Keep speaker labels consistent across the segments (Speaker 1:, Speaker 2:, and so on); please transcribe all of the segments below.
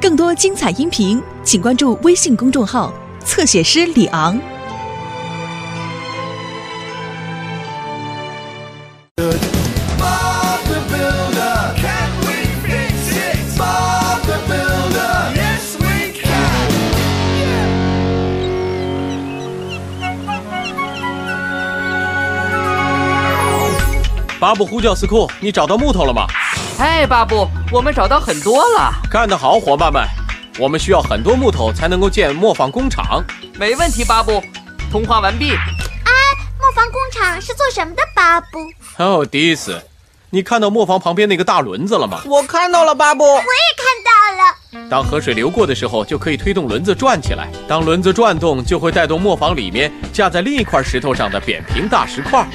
Speaker 1: 更多精彩音频，请关注微信公众号“侧写师李昂”。
Speaker 2: Bob the Builder. Can we fix it? Bob the Builder. Yes, we can.
Speaker 3: 巴布呼叫斯库，你找到木头了吗？
Speaker 4: 哎，巴布，我们找到很多了，
Speaker 3: 干得好，伙伴们！我们需要很多木头才能够建磨坊工厂。
Speaker 4: 没问题，巴布。通话完毕。
Speaker 5: 磨坊工厂是做什么的，巴布？我也
Speaker 3: 哦，迪斯，你看到磨坊旁边那个大轮子了吗？
Speaker 6: 我看到了，巴布。
Speaker 5: 看到了，
Speaker 3: 当河水流过的时候，就可以推动轮子转起来。当轮子转动，就会带动磨坊里面架在另一块石头上的扁平大石块。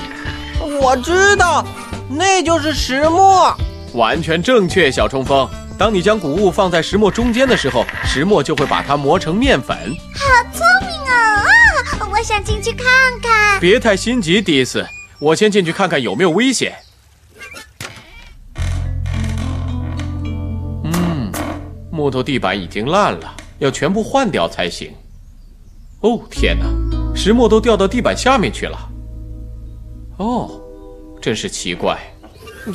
Speaker 6: 我知道，那就是石磨。
Speaker 3: 完全正确，小冲锋。当你将谷物放在石磨中间的时候，石磨就会把它磨成面粉。
Speaker 5: 好聪明哦！啊，我想进去看看。
Speaker 3: 别太心急，迪斯，我先进去看看有没有危险。嗯，木头地板已经烂了，要全部换掉才行。哦，天哪，石墨都掉到地板下面去了。哦，真是奇怪，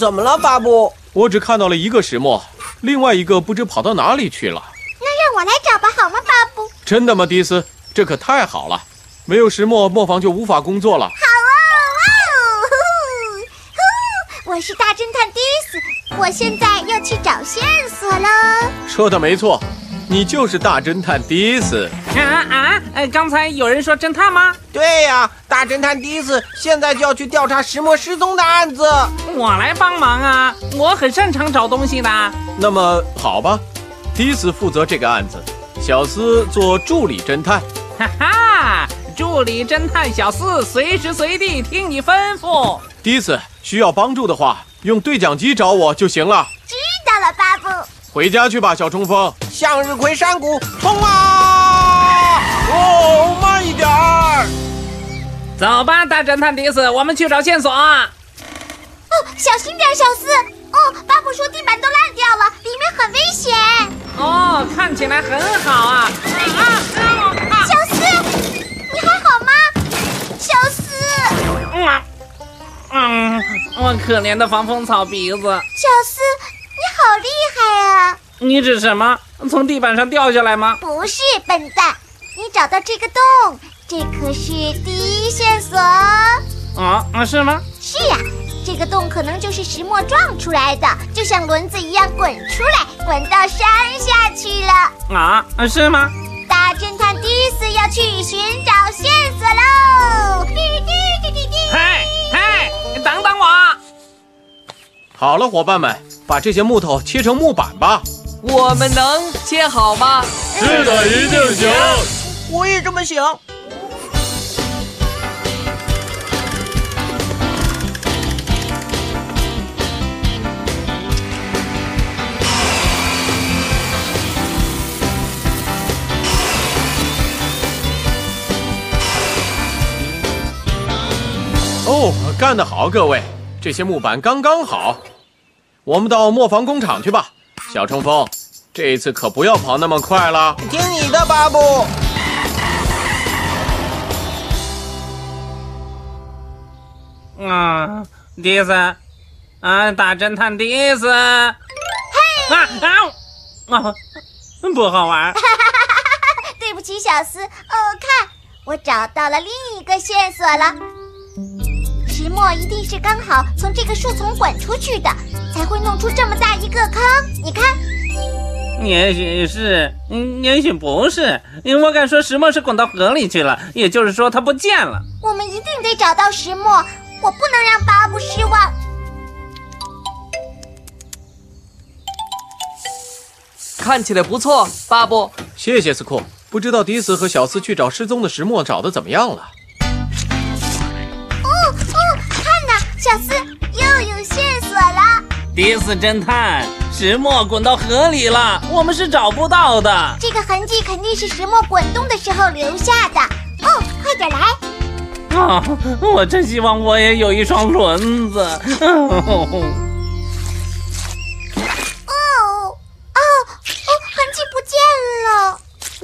Speaker 6: 怎么了，巴布？
Speaker 3: 我只看到了一个石墨，另外一个不知跑到哪里去了。
Speaker 5: 那让我来找吧，好吗，巴布？
Speaker 3: 真的吗，迪斯？这可太好了，没有石墨，磨坊就无法工作了。
Speaker 5: 好啊，哇哦！呼呼我是大侦探迪斯，我现在要去找线索喽。
Speaker 3: 说的没错，你就是大侦探迪斯。
Speaker 7: 啊啊！呃，刚才有人说侦探吗？
Speaker 6: 对呀、大侦探迪斯现在就要去调查石磨失踪的案子。
Speaker 7: 我来帮忙啊，我很擅长找东西的。
Speaker 3: 那么好吧，迪斯负责这个案子，小斯做助理侦探。
Speaker 7: 哈哈，助理侦探小四随时随地听你吩咐。
Speaker 3: 迪斯需要帮助的话，用对讲机找我就行了。
Speaker 5: 知道了，巴布。哦
Speaker 3: 回家去吧，小冲锋。
Speaker 6: 向日葵山谷，冲啊！哦，慢一点儿。
Speaker 7: 走吧，大侦探迪斯，我们去找线索啊。
Speaker 5: 哦，小心点，小四。哦，巴布说地板都烂掉了，里面很危险。
Speaker 7: 哦，看起来很好啊。啊啊
Speaker 5: 小四，你还好吗？小四。
Speaker 7: 啊啊！嗯，我可怜的防风草鼻子，
Speaker 5: 小四，你好厉害啊！
Speaker 7: 你指什么？从地板上掉下来吗？
Speaker 5: 不是笨蛋，你找到这个洞，这可是第一线索。
Speaker 7: 啊啊，是吗？
Speaker 5: 是呀、这个洞可能就是石墨撞出来的，就像轮子一样滚出来，滚到山下去了。
Speaker 7: 啊啊，是吗？
Speaker 5: 大侦探迪斯要去寻找线索喽！ 滴滴滴滴滴，
Speaker 7: 嘿，嘿，等等我！
Speaker 3: 好了，伙伴们，把这些木头切成木板吧。
Speaker 4: 我们能切好吗？
Speaker 3: 是的，一定行。
Speaker 6: 我也这么想。
Speaker 3: 哦，干得好，各位，这些木板刚刚好。我们到磨坊工厂去吧，小冲锋，这一次可不要跑那么快了。
Speaker 6: 听你的，巴布。
Speaker 7: 啊，迪斯，啊，大侦探迪斯，啊啊啊，不好玩儿。
Speaker 5: 对不起，小斯。哦，看，我找到了另一个线索了。石墨一定是刚好从这个树丛滚出去的，才会弄出这么大一个坑。你看，
Speaker 7: 也许是，嗯，也许不是。因为我敢说石墨是滚到河里去了，也就是说它不见了。
Speaker 5: 我们一定得找到石墨，我不能让巴布失望。
Speaker 4: 看起来不错，巴布。
Speaker 3: 谢谢斯库，不知道迪斯和小斯去找失踪的石墨找的怎么样了？
Speaker 5: 哦哦，看呐，小斯又有线索了。
Speaker 7: 迪斯侦探，石墨滚到河里了，我们是找不到的。
Speaker 5: 这个痕迹肯定是石墨滚动的时候留下的。哦，快点来！
Speaker 7: 啊，我真希望我也有一双轮子。
Speaker 5: 哦，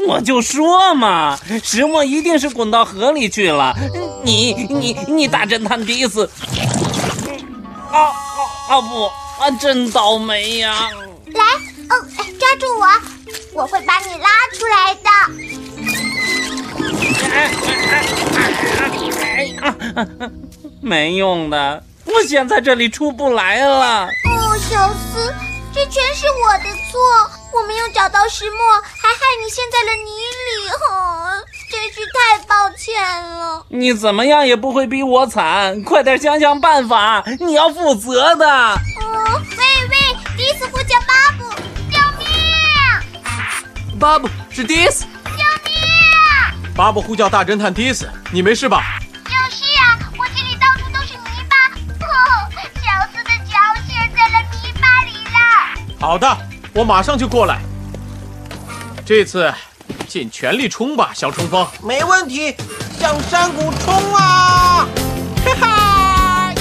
Speaker 7: 我就说嘛，石墨一定是滚到河里去了。你你你，大侦探迪斯！啊啊啊不啊，真倒霉呀、
Speaker 5: 来，哦，抓住我，我会把你拉出来的。
Speaker 7: 哎呀、啊啊没用的，我现在这里出不来了。
Speaker 5: 哦，小斯，这全是我的错，我没有找到石墨，还害你陷在了泥里，哦，真是太抱歉了。
Speaker 7: 你怎么样也不会比我惨，快点想想办法，你要负责的。
Speaker 5: 哦，喂喂，迪斯呼叫巴布，救命！
Speaker 4: 巴布是 this，
Speaker 3: 巴布呼叫大侦探迪斯，你没事吧？
Speaker 5: 就是啊，我这里到处都是泥巴，哦，小斯的脚陷在了泥巴里啦。
Speaker 3: 好的，我马上就过来。这次尽全力冲吧，小冲锋！
Speaker 6: 没问题，向山谷冲啊！哈哈！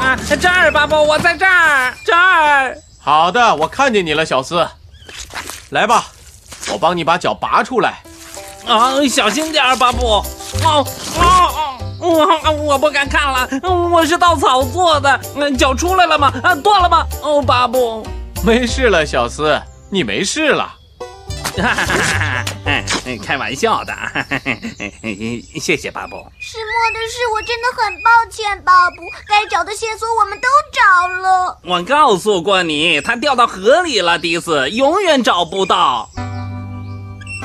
Speaker 7: 啊，这儿，巴布，我在这儿，这儿。
Speaker 3: 好的，我看见你了，小斯。来吧，我帮你把脚拔出来。
Speaker 7: 啊，小心点儿，巴布！哦哦哦，我我不敢看了，我是稻草做的，嗯脚出来了吗？啊，断了吗？哦，巴布，
Speaker 3: 没事了，小斯，你没事了。
Speaker 7: 哈哈哈哈开玩笑的，谢谢巴布。
Speaker 5: 石墨的事我真的很抱歉，巴布，该找的线索我们都找了。
Speaker 7: 我告诉过你，它掉到河里了，迪斯，永远找不到。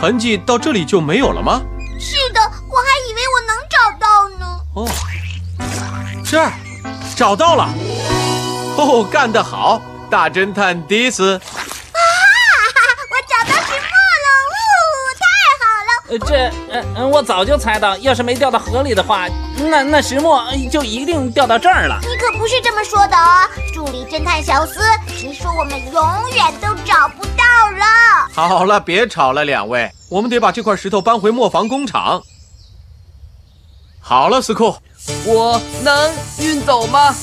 Speaker 3: 痕迹到这里就没有了吗？
Speaker 5: 是的，我还以为我能找到呢。
Speaker 3: 哦，这儿找到了。哦，干得好，大侦探迪斯。
Speaker 5: 哈哈，我找到石墨了，呜，太好了！
Speaker 7: 呃，这，呃，呃我早就猜到，要是没掉到河里的话，那那石墨呃就一定掉到这儿了。
Speaker 5: 你可不是这么说的哦，助理侦探小斯，你说我们永远都找不到了。
Speaker 3: 好了，别吵了，两位，我们得把这块石头搬回磨坊工厂。好了，司库，
Speaker 4: 我能运走吗？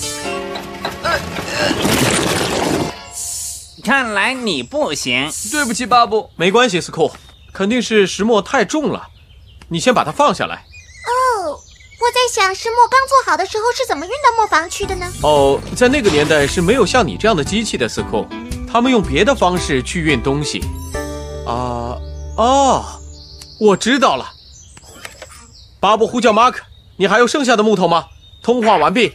Speaker 7: 看来你不行。
Speaker 4: 对不起，巴布，
Speaker 3: 没关系，司库，肯定是石墨太重了，你先把它放下来。
Speaker 5: 哦，我在想石墨刚做好的时候是怎么运到磨坊去的呢？
Speaker 3: 哦，在那个年代是没有像你这样的机器的，司库，他们用别的方式去运东西。啊、哦，我知道了。巴布呼叫马克，你还有剩下的木头吗？通话完毕。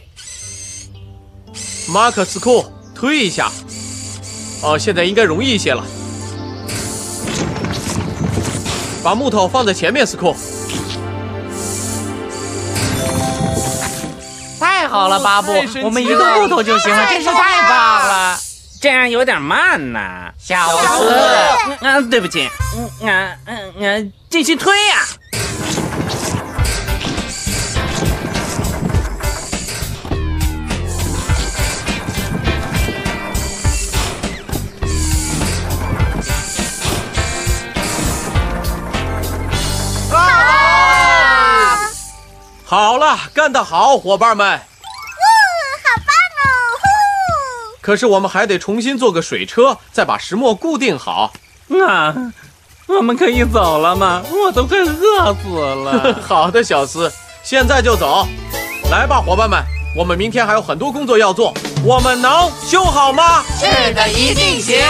Speaker 3: 马克司库，推一下。哦，现在应该容易一些了。把木头放在前面，司库。
Speaker 4: 太好了，巴布
Speaker 3: 太神奇，了
Speaker 4: 我们一个木头就行了，真是太棒了，
Speaker 7: 这样有点慢呐。
Speaker 4: 小
Speaker 5: 斯
Speaker 4: 斯。
Speaker 7: 嗯啊，对不起，嗯啊嗯啊，继续推呀、
Speaker 5: 啊，
Speaker 3: 好了，干得好，伙伴们！
Speaker 5: 好棒哦！呼
Speaker 3: 可是我们还得重新做个水车，再把石磨固定好。
Speaker 7: 啊，我们可以走了吗？我都快饿死了。
Speaker 3: 好的，小斯，现在就走。来吧，伙伴们，我们明天还有很多工作要做，我们能修好吗？
Speaker 5: 是的，一定行。